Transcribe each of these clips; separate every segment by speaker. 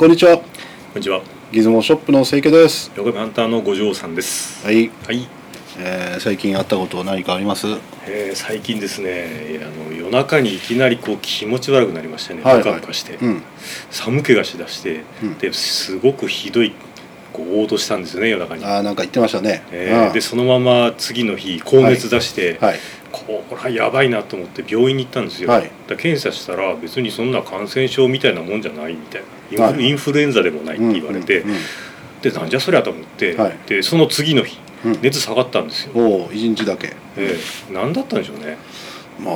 Speaker 1: こんにちは。
Speaker 2: こんにちは。
Speaker 1: ギズモショップの清家です。
Speaker 2: ヨガハンターの五条さんです。
Speaker 1: はい、
Speaker 2: はい。
Speaker 1: えー最近あったこと何かあります？は
Speaker 2: えー最近ですね、いやあの夜中にいきなりこう気持ち悪くなりましたね。ムカムカして、
Speaker 1: うん。
Speaker 2: 寒気がしだして、
Speaker 1: うん
Speaker 2: ですごくひどいこう嘔吐したんですよね夜中に。
Speaker 1: あーなんか言ってましたね。
Speaker 2: えー
Speaker 1: うん
Speaker 2: でそのまま次の日高熱出して、
Speaker 1: はい。
Speaker 2: これはやばいなと思って病院に行ったんですよ、
Speaker 1: はい
Speaker 2: だから検査したら別にそんな感染症みたいなもんじゃないみたいなインフル,、
Speaker 1: はい
Speaker 2: インフルエンザでもないって言われて、
Speaker 1: うんうん
Speaker 2: でなんじゃそりゃと思って、
Speaker 1: はい
Speaker 2: でその次の日
Speaker 1: うんうん
Speaker 2: 熱下がったんですよ、
Speaker 1: おお一日だけ。
Speaker 2: ええ、何だったんでしょうね
Speaker 1: ま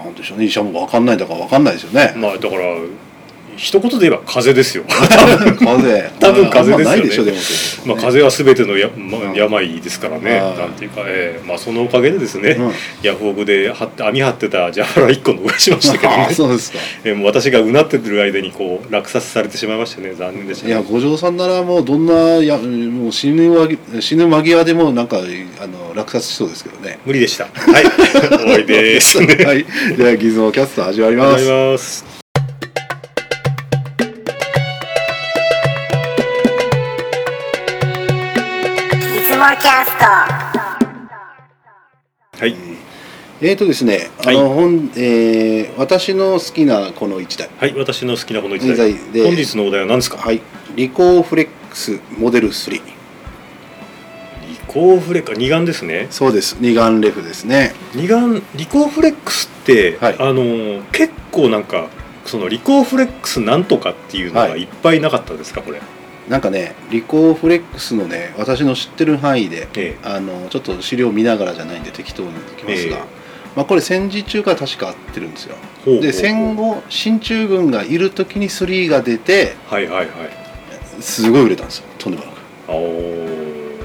Speaker 1: あなんでしょうね医者もわかんないんだからわかんないですよね。
Speaker 2: まあだから一言で言えば風邪 ですよ
Speaker 1: 風邪。
Speaker 2: 多分風邪ですよね
Speaker 1: あんまないでしょでも。
Speaker 2: まあ風邪は全てのや、ま
Speaker 1: うん
Speaker 2: あ、病ですからね
Speaker 1: ああ
Speaker 2: なんていうか、ええまあ、そのおかげでですね、
Speaker 1: うん
Speaker 2: ヤフオクで張って網張ってた蛇腹1個逃しましたけど
Speaker 1: あ
Speaker 2: ね
Speaker 1: ーそうですか。
Speaker 2: ええもう私がうなってる間にこう落札されてしまいましたね残念でした
Speaker 1: い
Speaker 2: ね
Speaker 1: や五条さんならもうどんないやもう死ぬわぎ死ぬ間際でもなんかあの落札しそうですけどね。
Speaker 2: 無理でしたは い終わりです
Speaker 1: はい。ではギズモキャスト始まりま
Speaker 2: 頑張
Speaker 1: す
Speaker 2: り。ますは
Speaker 3: いつもキャスト
Speaker 2: い
Speaker 1: えーとですね、あ
Speaker 2: はい
Speaker 1: の本えー私の好きなこの1台、
Speaker 2: はい私の好きなこの一
Speaker 1: 現在
Speaker 2: 台
Speaker 1: で
Speaker 2: 本日のお題は何ですか、
Speaker 1: はい、リコーフレックスモデル3、
Speaker 2: リコーフレか二眼ですね
Speaker 1: そうです、二眼レフですね、
Speaker 2: 二眼リコーフレックスって、
Speaker 1: はい
Speaker 2: あのー結構なんかそのリコーフレックスなんとかっていうの
Speaker 1: は
Speaker 2: が
Speaker 1: い
Speaker 2: いっぱいなかったですか、これ、
Speaker 1: なんかね、リコーフレックスのね、私の知ってる範囲で、
Speaker 2: え
Speaker 1: あのちょっと資料見ながらじゃないんで、適当にいきますが、
Speaker 2: ええ
Speaker 1: まあ、これ、戦時中から確か合ってるんですよ、
Speaker 2: えほうほうほう
Speaker 1: で戦後、進駐軍がいる時に3が出て、
Speaker 2: はいはいはい
Speaker 1: すごい売れたんですよ、とんでもなく、
Speaker 2: あー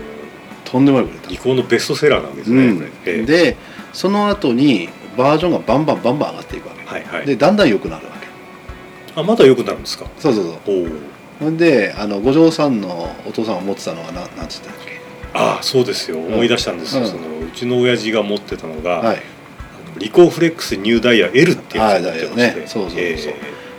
Speaker 1: とんでもなく売れた
Speaker 2: リコーのベストセラーなんです
Speaker 1: う
Speaker 2: ね、
Speaker 1: ん
Speaker 2: これ、ええ
Speaker 1: でその後にバージョンがバンバンバンバン上がっていくわけ、
Speaker 2: はいはい
Speaker 1: でだんだん良くなるわけ
Speaker 2: あまだ良くなるんですか
Speaker 1: そうそうそう
Speaker 2: おー
Speaker 1: ほんであの五条さんのお父さんが持ってたのがななんつったんだっ
Speaker 2: ああそうですよ、
Speaker 1: ん
Speaker 2: 思い出したんですよ、
Speaker 1: うん
Speaker 2: そのうちの親父が持ってたのが、
Speaker 1: けはい
Speaker 2: あのリコーフレックスニューダイヤ L ってやつを持ってま
Speaker 1: は
Speaker 2: し
Speaker 1: い
Speaker 2: て、
Speaker 1: だよねそうそうそう
Speaker 2: え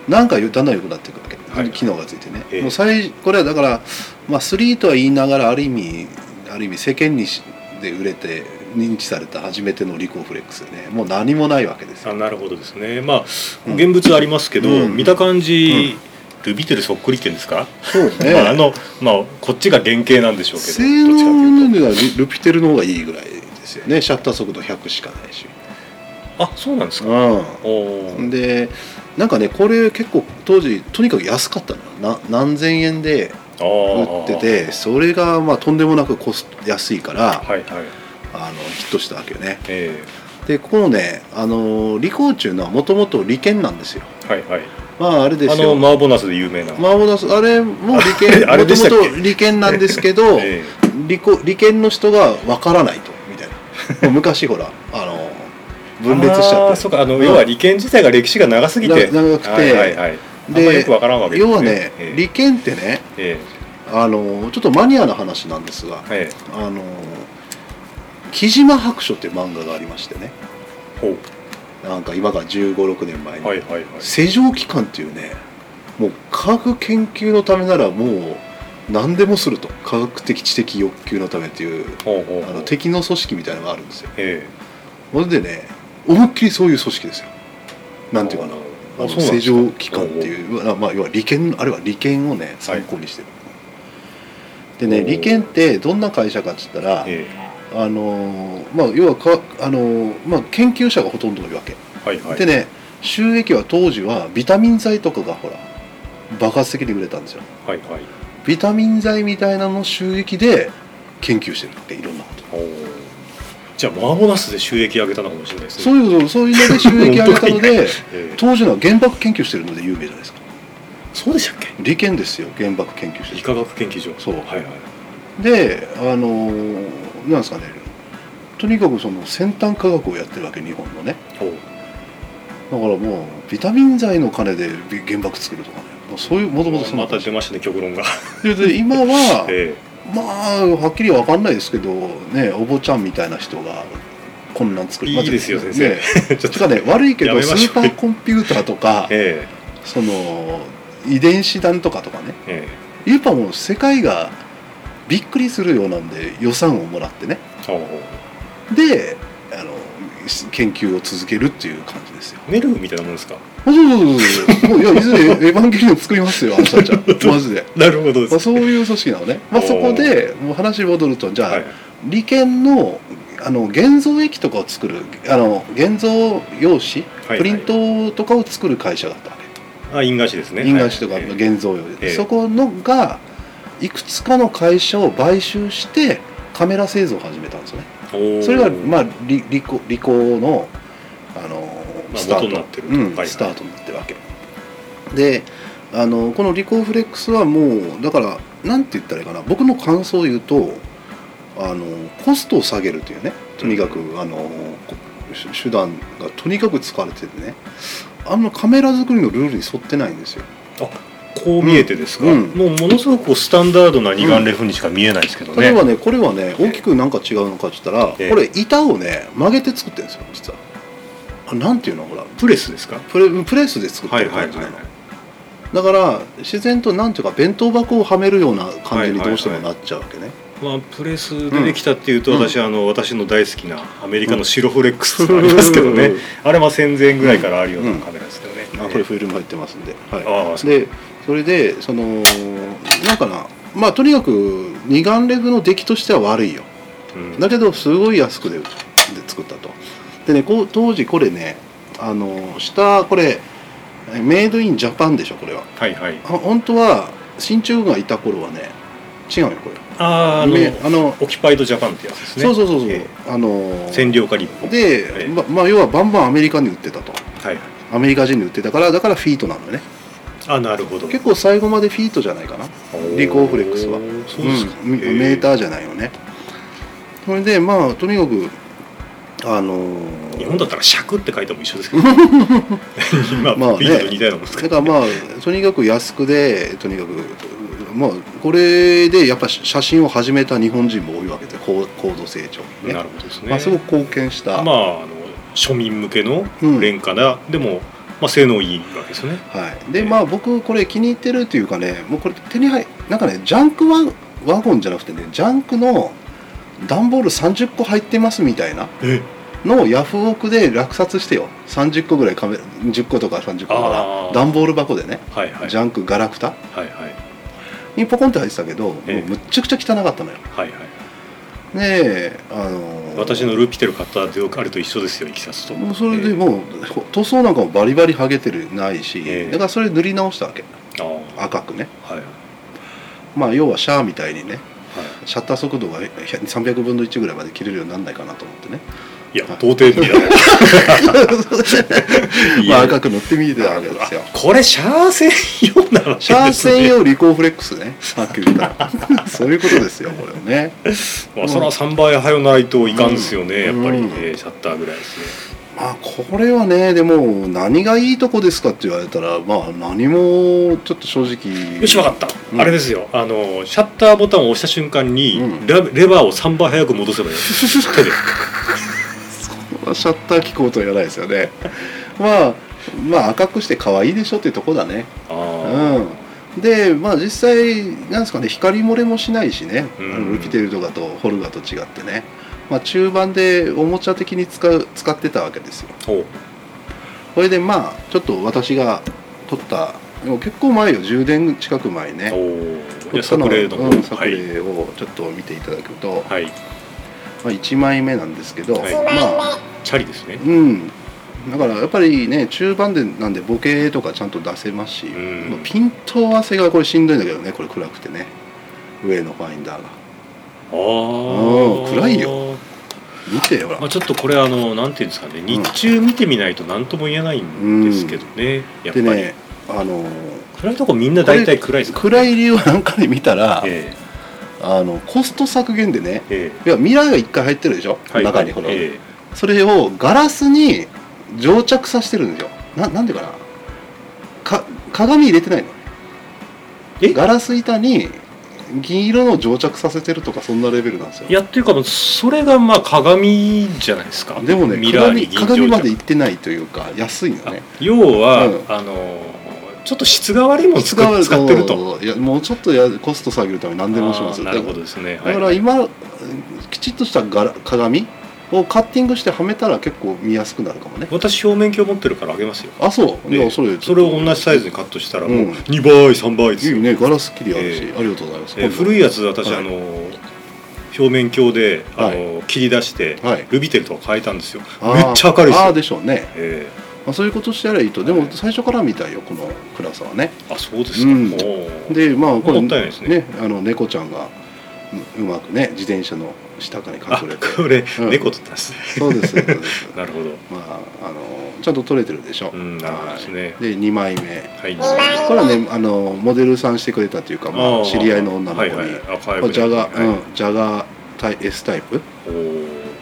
Speaker 1: なんかよだんだん良くなっていくわけ、
Speaker 2: はい
Speaker 1: 機能がついてね、
Speaker 2: ええ
Speaker 1: もう最これはだから、まあ、3とは言いながらある意味ある意味世間にしで売れて認知された初めてのリコーフレックスでねもう何もないわけです
Speaker 2: あ
Speaker 1: よ
Speaker 2: なるほどですねまあ
Speaker 1: うん
Speaker 2: 現物ありますけど、
Speaker 1: うん
Speaker 2: 見た感じ、ルビテルそっくりっていうんですか、
Speaker 1: そう
Speaker 2: まあ、あのまあこっちが原型なんでしょうけど
Speaker 1: 性
Speaker 2: どっちかって
Speaker 1: 能
Speaker 2: いう
Speaker 1: 面ではルルピテルの方がいいぐらいですよねシャッター速度100しかないし
Speaker 2: とあそうなんですか、
Speaker 1: う
Speaker 2: おー
Speaker 1: んでなんかねこれ結構当時とにかく安かったのよな何千円で
Speaker 2: あー
Speaker 1: 売っててそれがまあとんでもなくコス安いから
Speaker 2: はいはい
Speaker 1: あのヒットしたわけよね
Speaker 2: え
Speaker 1: でこのねあのリコーチュウのはもともと利権なんですよ
Speaker 2: えはいはい
Speaker 1: まああれです
Speaker 2: あの
Speaker 1: よ
Speaker 2: マーボナスで有名な、
Speaker 1: マーボダスあれも利権
Speaker 2: あれ
Speaker 1: も
Speaker 2: でしたっけ
Speaker 1: ともと利権なんですけど、
Speaker 2: え
Speaker 1: 利こ利権の人がわからないとみた いなもう昔ほらあの
Speaker 2: え
Speaker 1: 分裂しちゃ
Speaker 2: あー
Speaker 1: っ
Speaker 2: そうかあの、
Speaker 1: うん
Speaker 2: 要は利権自体が歴史が長すぎて
Speaker 1: な長くて
Speaker 2: はいはいはいあんま
Speaker 1: て
Speaker 2: よくわからんわけです
Speaker 1: 要はね、
Speaker 2: ええ
Speaker 1: 利権ってね
Speaker 2: え
Speaker 1: あのちょっとマニアな話なんですが
Speaker 2: ええ
Speaker 1: あの木島白書っていう漫画がありましてね
Speaker 2: えほ
Speaker 1: なんか今から1 5 6年前
Speaker 2: う
Speaker 1: に、
Speaker 2: はいはいはい
Speaker 1: 世情機関っていうねもう科学研究のためならもう何でもすると科学的知的欲求のためっていう
Speaker 2: ほう
Speaker 1: あ
Speaker 2: ほうほう
Speaker 1: の敵の組織みたいなのがあるんですよ
Speaker 2: え
Speaker 1: ほんでね思いっきりそういう組織ですよなんていうかなあの正常機関って
Speaker 2: う
Speaker 1: いう、まあ、要は利権あるいは利権をね参考にしてる、で
Speaker 2: お
Speaker 1: ね
Speaker 2: ー
Speaker 1: 利権ってどんな会社かっつったら、
Speaker 2: え
Speaker 1: あのーまあ、要はか、あのーまあ、研究者がほとんどいるわけ、
Speaker 2: えはいはい
Speaker 1: でね収益は当時はビタミン剤とかがほら爆発的に売れたんですよ
Speaker 2: はいはい
Speaker 1: ビタミン剤みたいなの収益で研究してるっていろんなこと
Speaker 2: おーじゃあマーボナスで収益上げたのかもしれないですね
Speaker 1: そういうことそういうので収益上げたの で
Speaker 2: ええ
Speaker 1: 当時のは原爆研究してるので有名じゃないですか
Speaker 2: そうでしたっけ
Speaker 1: 利権ですよ原爆研究して
Speaker 2: 理
Speaker 1: る
Speaker 2: 化学研究所
Speaker 1: そう
Speaker 2: はいはい
Speaker 1: であのーなんですかねとにかくその先端科学をやってるわけ日本のね
Speaker 2: ほう
Speaker 1: だからもうビタミン剤の金でび原爆作るとかねもうそういうもともとその
Speaker 2: また出ましたね極論が
Speaker 1: でで今は
Speaker 2: え
Speaker 1: まあはっきりわかんないですけどねお坊ちゃんみたいな人がこんなん作る
Speaker 2: いいですよ
Speaker 1: まあ
Speaker 2: 先生
Speaker 1: ね
Speaker 2: え ちょっ
Speaker 1: つかね悪いけ
Speaker 2: や
Speaker 1: ど
Speaker 2: め
Speaker 1: ス
Speaker 2: ましょ
Speaker 1: ー
Speaker 2: う
Speaker 1: パーコンピューターとか
Speaker 2: え
Speaker 1: その遺伝子弾とかとかね
Speaker 2: え
Speaker 1: やっぱもう世界がびっくりするようなんで予算をもらってね
Speaker 2: えほうほ
Speaker 1: であの研究を続けるっていう感じですよ
Speaker 2: うメルフみたいなもんですか
Speaker 1: あそうそうそうそうもういやいずれエヴァンゲリオン作りますよあの人たち はマジで、
Speaker 2: なるほど
Speaker 1: ま
Speaker 2: で
Speaker 1: あ、
Speaker 2: す、
Speaker 1: そういう組織なのね、まあ、そこでもう話戻るとじゃあ、
Speaker 2: はい、
Speaker 1: 理研のあの現像液とかを作るあの現像用紙
Speaker 2: はい
Speaker 1: プリントとかを作る会社だったわけ、
Speaker 2: あ因果紙ですね
Speaker 1: 印鑑紙とか
Speaker 2: はい
Speaker 1: の現像用紙、
Speaker 2: ええ
Speaker 1: そこのがいくつかの会社を買収してカメラ製造を始めたんですよね
Speaker 2: おー
Speaker 1: それがまあリリコリコのあの
Speaker 2: まあ
Speaker 1: スタート、
Speaker 2: 元になってる
Speaker 1: うん
Speaker 2: はいはい
Speaker 1: スタートになってるわけであのこのリコフレックスはもうだからなんて言ったらいいかな僕の感想を言うとあのコストを下げるというねとにかくあのこ手手段がとにかく使われててねあんまカメラ作りのルールに沿ってないんですよ
Speaker 2: こう見えてですか、
Speaker 1: うん
Speaker 2: もうものすごくこうスタンダードな二眼レフにしか見えないですけどね、
Speaker 1: 例えばねこれはね大きくなんか違うのかって言ったら、
Speaker 2: ええ
Speaker 1: これ板をね曲げて作ってるんですよ実はあなんていうのほら
Speaker 2: プレスですか
Speaker 1: プレプレスで作って
Speaker 2: はい
Speaker 1: る
Speaker 2: はい
Speaker 1: 感
Speaker 2: は
Speaker 1: じな
Speaker 2: い
Speaker 1: の、
Speaker 2: はい
Speaker 1: だから自然となんていうか弁当箱をはめるような感じにどうしてもなっちゃうわけね、
Speaker 2: まあ、プレスでできたっていうと、
Speaker 1: うん
Speaker 2: 私あの私の大好きなアメリカの白フレックスってのありますけど ね、あれは戦前ぐらいからあるようなカメラですけどね、
Speaker 1: あこれフィルム入ってますんで、は
Speaker 2: あ
Speaker 1: い、
Speaker 2: あ
Speaker 1: でそれでそのなんかなまあとにかく二眼レフの出来としては悪いよ
Speaker 2: うん
Speaker 1: だけどすごい安くでで作ったとでねこう当時これねあの下これメイドインジャパンでしょこれは
Speaker 2: はいはい
Speaker 1: あ本当は進駐軍がいた頃はね違うよこれ
Speaker 2: あーあの
Speaker 1: めあの
Speaker 2: オキュパイドジャパンってやつですね
Speaker 1: そうそうそうそう、
Speaker 2: え
Speaker 1: あの
Speaker 2: 占領下日本
Speaker 1: で、
Speaker 2: ええ
Speaker 1: ままあ要はバンバンアメリカに売ってたと
Speaker 2: はいはい
Speaker 1: アメリカ人に売ってたからだからフィートなのね
Speaker 2: あなるほど
Speaker 1: 結構最後までフィートじゃないかなリコーフレックスは
Speaker 2: おーそうですか、
Speaker 1: んメメーターじゃないよねそれでまあとにかくあのー
Speaker 2: 日本だったら尺って書いても一緒ですけ ど今
Speaker 1: まあね
Speaker 2: ビート似たようなもんですか
Speaker 1: だからまあとにかく安くでとにかくまあこれでやっぱ写真を始めた日本人も多いわけで高高度成長にね
Speaker 2: なるほどですね、
Speaker 1: まあ、すごく貢献した、
Speaker 2: まああの庶民向けの
Speaker 1: うん
Speaker 2: 廉価な、でも、まあ、性能いいわけですよね
Speaker 1: はい、でまあ僕これ気に入ってるっていうかねもうこれ手に入なんかねジャンクワワゴンじゃなくてねジャンクの段ボール30個入ってますみたいな
Speaker 2: え
Speaker 1: のをヤフオクで落札してよ30個ぐらいカメ10個とか30個
Speaker 2: あ
Speaker 1: か
Speaker 2: ー
Speaker 1: ら段ボール箱でね、
Speaker 2: はいはい
Speaker 1: ジャンクガラクタ
Speaker 2: はいはい
Speaker 1: にポコンって入ってたけどもう
Speaker 2: ええ
Speaker 1: むっちゃくちゃ汚かったのよ
Speaker 2: はいはい
Speaker 1: ねえあのー
Speaker 2: 私のルピテル買ったデオカルと一緒ですよいきさつと
Speaker 1: もうそれで
Speaker 2: え
Speaker 1: もう塗装なんかもバリバリ剥げてるないし、
Speaker 2: ええ
Speaker 1: だからそれ塗り直したわけ
Speaker 2: ーあ
Speaker 1: 赤くね
Speaker 2: あはいはい
Speaker 1: まあ要はシャアみたいにねシャッター速度が100 300分の1ぐらいまで切れるようにならないかなと思ってね
Speaker 2: いや 童貞的 だねい
Speaker 1: まあ
Speaker 2: や
Speaker 1: 赤く塗ってみてたわけですよ
Speaker 2: あこれシャア専用なの
Speaker 1: シャー専用リコーフレックス ねさっき言ったそういうことですよこれをね
Speaker 2: まあそれは3倍はよないといかんですよね、
Speaker 1: うん
Speaker 2: やっぱり、
Speaker 1: うん
Speaker 2: えーシャッターぐらいですね
Speaker 1: まあこれはねでも何がいいとこですかって言われたらまあ何もちょっと正直
Speaker 2: よしわかった、
Speaker 1: うん
Speaker 2: あれですよあのシャッターボタンを押した瞬間に、
Speaker 1: うん
Speaker 2: レレバーを3倍早く戻せばい い手で
Speaker 1: シャッター機構とは言わないですよねまあまあ赤くして可愛いでしょっていうとこだね
Speaker 2: あ
Speaker 1: うんでまあ実際なんですかね光漏れもしないしね、
Speaker 2: うん
Speaker 1: あのルピテルとかとホルガと違ってね、まあ、中盤でおもちゃ的に使う使ってたわけですよ
Speaker 2: あおう
Speaker 1: これでまあちょっと私が撮ったでも結構前よ10年近く前ね
Speaker 2: お
Speaker 1: 撮
Speaker 2: お
Speaker 1: った
Speaker 2: 作
Speaker 1: の
Speaker 2: 例の方、
Speaker 1: うん、
Speaker 2: は
Speaker 1: 作
Speaker 2: い、
Speaker 1: 例をちょっと見ていただくと、ま
Speaker 2: はい、
Speaker 1: あ、1枚目なんですけど、
Speaker 2: はい
Speaker 3: 1
Speaker 1: ま
Speaker 3: 枚目
Speaker 1: あ
Speaker 2: チャリですね
Speaker 1: うんだからやっぱりね中盤でなんでボケとかちゃんと出せますし、
Speaker 2: うん
Speaker 1: まあピント合わせがこれしんどいんだけどねこれ暗くてね上のファインダーが
Speaker 2: ああ
Speaker 1: 暗いよ見てほら
Speaker 2: まあ、ちょっとこれあのなんていうんですかね日中見てみないと何とも言えないんですけどね、やっぱ
Speaker 1: で
Speaker 2: り、
Speaker 1: ねあのー
Speaker 2: 暗いとこみんな大体暗いですから
Speaker 1: 暗い理由なんかで見たら、
Speaker 2: え
Speaker 1: あのコスト削減でね
Speaker 2: ええ
Speaker 1: いやミラーが一回入ってるでしょ、
Speaker 2: えはい
Speaker 1: 中にほら、
Speaker 2: ええ
Speaker 1: それをガラスに蒸着させてるんですよななんでかなか鏡入れてないの
Speaker 2: え
Speaker 1: ガラス板に銀色の蒸着させてるとかそんなレベルなんですよ
Speaker 2: いやっていうかそれがまあ鏡じゃないですか
Speaker 1: でもね
Speaker 2: ミラー
Speaker 1: 鏡
Speaker 2: に銀
Speaker 1: 鏡
Speaker 2: 乗
Speaker 1: ま
Speaker 2: 着
Speaker 1: で行ってないというか安いのね
Speaker 2: あ要は、
Speaker 1: うん
Speaker 2: あのちょっと質が悪いもの
Speaker 1: 使
Speaker 2: 使っ使ってると
Speaker 1: いやもうちょっとやコスト下げるために何でもします
Speaker 2: あー
Speaker 1: よ
Speaker 2: なるほどですね
Speaker 1: だからだから今、きちっとした柄鏡をカッティングしてはめたら結構見やすくなるかもね
Speaker 2: 私表面鏡持ってるからあげますよ
Speaker 1: あそう、い
Speaker 2: で
Speaker 1: やそれ
Speaker 2: それを同じサイズにカットしたらもう
Speaker 1: うん
Speaker 2: 2倍3倍です
Speaker 1: い
Speaker 2: よ、
Speaker 1: いねガラス切りあるし、
Speaker 2: え
Speaker 1: ありがとうございます、
Speaker 2: えー古いやつ私、
Speaker 1: はい
Speaker 2: あの表面鏡であの、切り出して、
Speaker 1: はい
Speaker 2: ルビテルとか変えたんですよめ
Speaker 1: あー
Speaker 2: っちゃ明るいです
Speaker 1: ああ
Speaker 2: よ
Speaker 1: でしょうね、
Speaker 2: え
Speaker 1: まあ、そういうことしてやればいいとでも最初から見たいよこの暗さはね
Speaker 2: ーあそうですか、
Speaker 1: うん
Speaker 2: おー
Speaker 1: でまあこれ
Speaker 2: もったいないですね
Speaker 1: あの猫ちゃんがううまくね自転車の下から
Speaker 2: あ
Speaker 1: 隠れて
Speaker 2: これ、
Speaker 1: うん
Speaker 2: 猫だったんですね
Speaker 1: そうですそうです
Speaker 2: なるほど
Speaker 1: まああのちゃんと取れてるでしょ、
Speaker 2: うんなるほどですね
Speaker 1: はいで2枚目
Speaker 2: はい
Speaker 3: 二枚目
Speaker 1: これはねあのモデルさんしてくれたというか、まあ、
Speaker 2: ー
Speaker 1: 知り合いの女の子に、
Speaker 2: はいはいあ可愛い
Speaker 1: まあジャガ、
Speaker 2: はい
Speaker 1: うん、ジャガータイ S タイプ、
Speaker 2: おー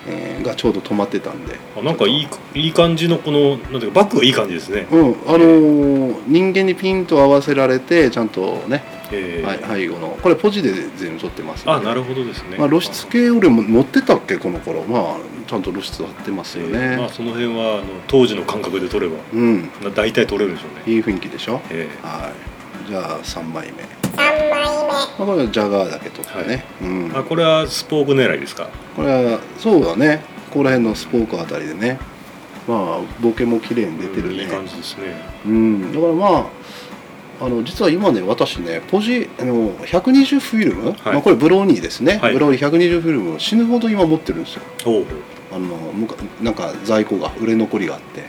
Speaker 1: えーがちょうど止まってたんで
Speaker 2: あなんかいいいい感じのこのなんていうかバッグがいい感じですね、
Speaker 1: うんあのー人間にピンと合わせられてちゃんとね、
Speaker 2: えー
Speaker 1: はい背後のこれポジで全部撮ってますんで
Speaker 2: あなるほどですね、
Speaker 1: まあ、露出系俺も持ってたっけこの頃まあちゃんと露出張ってますよね、
Speaker 2: えーまあ、その辺はあの当時の感覚で撮れば
Speaker 1: うん
Speaker 2: な大体撮れるでしょうね、
Speaker 1: いい雰囲気でしょ
Speaker 2: え
Speaker 1: はいじゃあ3枚目、ま
Speaker 3: 三枚目
Speaker 1: あ、これはジャガーだけ撮ってね、うん
Speaker 2: ーあこれはスポーク狙いですか
Speaker 1: これはそうだねここら辺のスポーカーあたりでねまあボケも綺麗に出てる
Speaker 2: うんいい
Speaker 1: ね
Speaker 2: 感じですね
Speaker 1: うんだからまああの実は今ね私ねポジあの120フィルム、
Speaker 2: はい
Speaker 1: まあ、これブローニーですね、
Speaker 2: はい
Speaker 1: ブローニー120フィルムを死ぬほど今持ってるんですよ
Speaker 2: おう
Speaker 1: あのむかなんか在庫が売れ残りがあって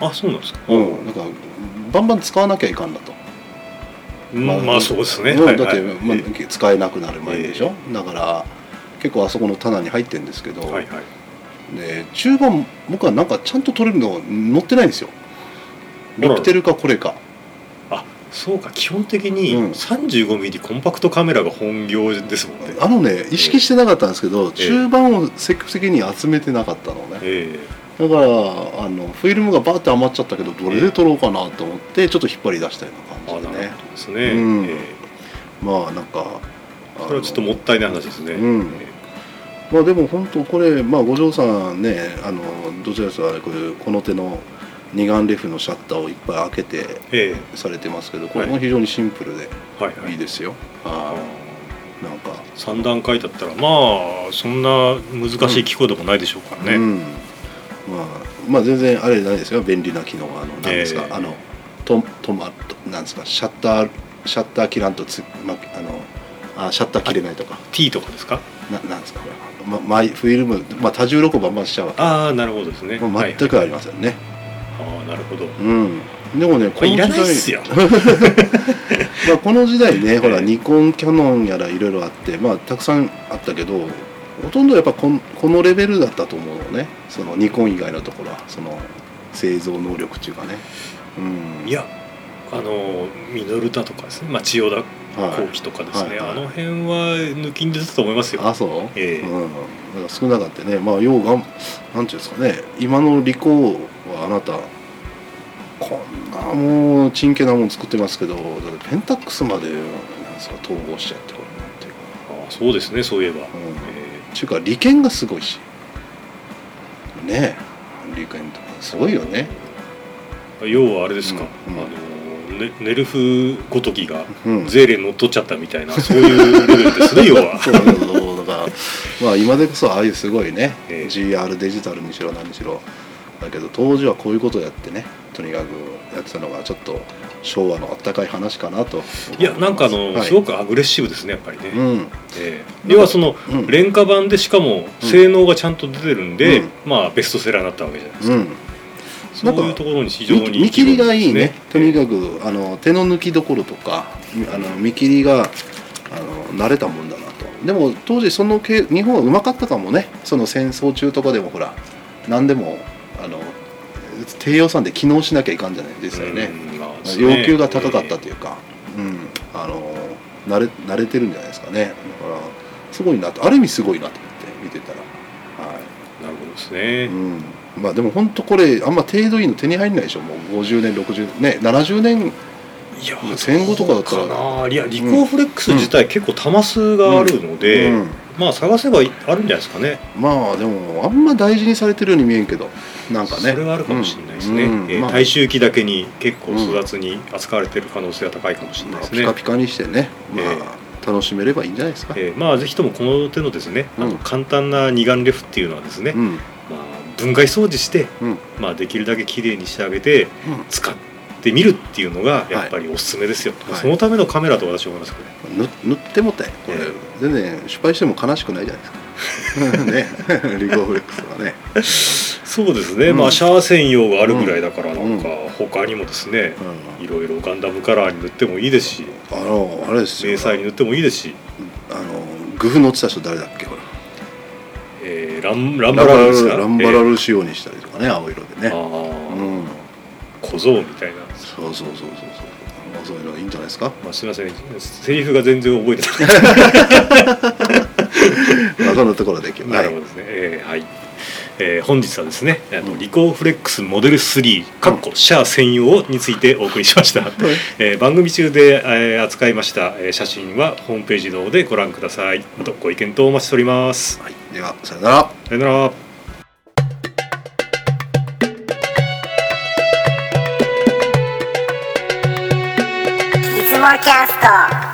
Speaker 2: あそうなんですか、
Speaker 1: うん、なんかバンバン使わなきゃいかんなと、
Speaker 2: うんまあ、まあそうですね、
Speaker 1: うん
Speaker 2: はい
Speaker 1: だって、
Speaker 2: はい
Speaker 1: ま
Speaker 2: え
Speaker 1: あ、使えなくなる前でしょ、だから結構あそこの棚に入ってるんですけど、
Speaker 2: ーはいはい
Speaker 1: で中盤僕はなんかちゃんと取れるの載ってないんですよ
Speaker 2: あら
Speaker 1: ルピテルかこれか
Speaker 2: あそうか基本的に
Speaker 1: うん
Speaker 2: 35mm コンパクトカメラが本業ですもんね、
Speaker 1: あのね意識してなかったんですけど、
Speaker 2: ええ
Speaker 1: 中盤を積極的に集めてなかったのね、
Speaker 2: え
Speaker 1: だからあのフィルムがバーって余っちゃったけどどれで撮ろうかなと思ってちょっと引っ張り出したよう
Speaker 2: え
Speaker 1: な感
Speaker 2: あ
Speaker 1: じ
Speaker 2: な
Speaker 1: で
Speaker 2: る
Speaker 1: ね
Speaker 2: ほどですね、
Speaker 1: うん
Speaker 2: ええ
Speaker 1: まあなんかあの
Speaker 2: これはちょっともったいない話ですね、
Speaker 1: うん
Speaker 2: え
Speaker 1: まあでも本当これまあ五条さんねあのどちらかというとあれこれこの手の二眼レフのシャッターをいっぱい開けて
Speaker 2: ええ
Speaker 1: されてますけどこれも非常にシンプルで
Speaker 2: えはいはい
Speaker 1: いですよ、
Speaker 2: あ
Speaker 1: は
Speaker 2: ー
Speaker 1: いなんか
Speaker 2: 3段階だったらまあそんな難しい機構でもないでしょうからね、
Speaker 1: うん、まあまあ全然あれないですよ便利な機能はあの何ですか、
Speaker 2: ええ
Speaker 1: あのととまとなんですかシャッターシャッター切らんとつまあのあシャッター切れないとか
Speaker 2: T とかですか
Speaker 1: ななんですかこれ、ま、マイフィルムまあ多重録音バンバンしちゃうわけ
Speaker 2: ああなるほどですね、
Speaker 1: もう全くありませんね、
Speaker 2: はいはいああなるほど
Speaker 1: うんでもね
Speaker 2: こ
Speaker 1: こ
Speaker 2: れ
Speaker 1: の時
Speaker 2: いら
Speaker 1: 代
Speaker 2: ないっすよ
Speaker 1: まあこの時代ねほ
Speaker 2: ええ
Speaker 1: らニコンキャノンやらいろいろあってまあたくさんあったけどほとんどやっぱこんこのレベルだったと思うのねそのニコン以外のところはその製造能力っていうかねうん
Speaker 2: いやあのミノルタとかですね、まあ、千代田後
Speaker 1: はい
Speaker 2: 期とかですね、
Speaker 1: はいはい
Speaker 2: あの辺は抜きんでたと思いますよ
Speaker 1: あそう、
Speaker 2: ええ
Speaker 1: うんだから少なかったねまあ要はなんていうんですかね今のリコーはあなたこんなもうちんけなもん作ってますけどだってペンタックスまでなんですか統合しちゃってこれなんていうか
Speaker 2: ああそうですねそういえば、
Speaker 1: うん
Speaker 2: え
Speaker 1: ちゅうか利権がすごいしねえ利権とかすごいよね
Speaker 2: え要はあれですか、
Speaker 1: うんうん
Speaker 2: あのねネルフごときが
Speaker 1: うん
Speaker 2: ゼーレン乗っ取っちゃったみたいな、そういうレベ ルですね要は
Speaker 1: そうそうそうだからまあ今でこそああいうすごいね、
Speaker 2: ええ
Speaker 1: GR デジタルにしろ何にしろだけど当時はこういうことをやってねとにかくやってたのがちょっと昭和のあったかい話かなと
Speaker 2: いやなんかあの、
Speaker 1: はい
Speaker 2: すごくアグレッシブですねやっぱりね、
Speaker 1: うん
Speaker 2: ええ要はその
Speaker 1: うん
Speaker 2: 廉価版でしかも
Speaker 1: うん
Speaker 2: 性能がちゃんと出てるんで、
Speaker 1: うん
Speaker 2: まあベストセラーになったわけじゃないです
Speaker 1: う
Speaker 2: か、
Speaker 1: んなんか
Speaker 2: そういうところに非常に
Speaker 1: 見見切りがいいねとに
Speaker 2: か
Speaker 1: かくあの手の抜きどころとかあの見切りがあの慣れたもんだなとでも当時そのけ日本はうまかったかもねその戦争中とかでもほら何でもあの低予算で機能しなきゃいかんじゃないですよね、要求が高かったというか、うん、あの慣れ慣れてるんじゃないですかねだからすごいなとある意味すごいなと思って見てたら。はい
Speaker 2: なるほどですね、
Speaker 1: うん、まあでも本当これあんま程度いいの手に入んないでしょもう50年60ね70年
Speaker 2: いや
Speaker 1: 戦後とかだったら
Speaker 2: どうかないやリコーフレックス自体結構弾数があるので、
Speaker 1: うん
Speaker 2: まあ探せばいあるんじゃないですかね
Speaker 1: まあでもあんま大事にされてるように見えんけどなんかね
Speaker 2: それはあるかもしれないですね、
Speaker 1: うんうん
Speaker 2: えー
Speaker 1: まあ
Speaker 2: 大衆期だけに結構育つに扱われてる可能性が高いかもしれな
Speaker 1: ま
Speaker 2: い
Speaker 1: あ
Speaker 2: ですね、
Speaker 1: ピカピカにしてね、まあ
Speaker 2: え
Speaker 1: 楽しめればいいんじゃないですか、
Speaker 2: えーまあぜひともこの手のですね、あ
Speaker 1: うん
Speaker 2: の簡単な二眼レフっていうのはですね、
Speaker 1: う
Speaker 2: ま
Speaker 1: ん
Speaker 2: あ、分解掃除して、
Speaker 1: うん
Speaker 2: まあ、できるだけ綺麗にしてあげて使ってみるっていうのがやっぱりおすすめですよ、
Speaker 1: はい
Speaker 2: そのためのカメラと私は思いますけどね
Speaker 1: うん、ぬ塗ってもたいこれ、
Speaker 2: え
Speaker 1: 全然失敗しても悲しくないじゃないですか ねリコーフレックスはね、
Speaker 2: そうですね、
Speaker 1: うん
Speaker 2: まあシャア専用があるぐらいだからなんか他にもですね
Speaker 1: う
Speaker 2: いろいろガンダムカラーに塗ってもいいですし
Speaker 1: ん、あのあれです
Speaker 2: 迷
Speaker 1: よ
Speaker 2: 彩に塗ってもいいですし、
Speaker 1: あのグフ乗ってた人誰だっけほら
Speaker 2: えーランランバラルですか
Speaker 1: ランバラル仕様にしたりとかね青色で
Speaker 2: えー
Speaker 1: ね、う
Speaker 2: あー
Speaker 1: ん、
Speaker 2: 小僧みたいな、
Speaker 1: そうそうそうそうそうまあそういうのいいんじゃないですか
Speaker 2: まあ、すみませんセリフが全然覚えてない
Speaker 1: まあそんなところで今日
Speaker 2: なるほどですね。えーはい。えー本日はですね、あのリコーフレックスモデル3かっこシャア専用についてお送りしました。
Speaker 1: はい
Speaker 2: えー番組中で、えー扱いました、えー写真はホームページ等でご覧ください。あとご意見等お待ちしております。
Speaker 1: はい、ではさよなら
Speaker 2: さよなら。
Speaker 3: いつもキャスト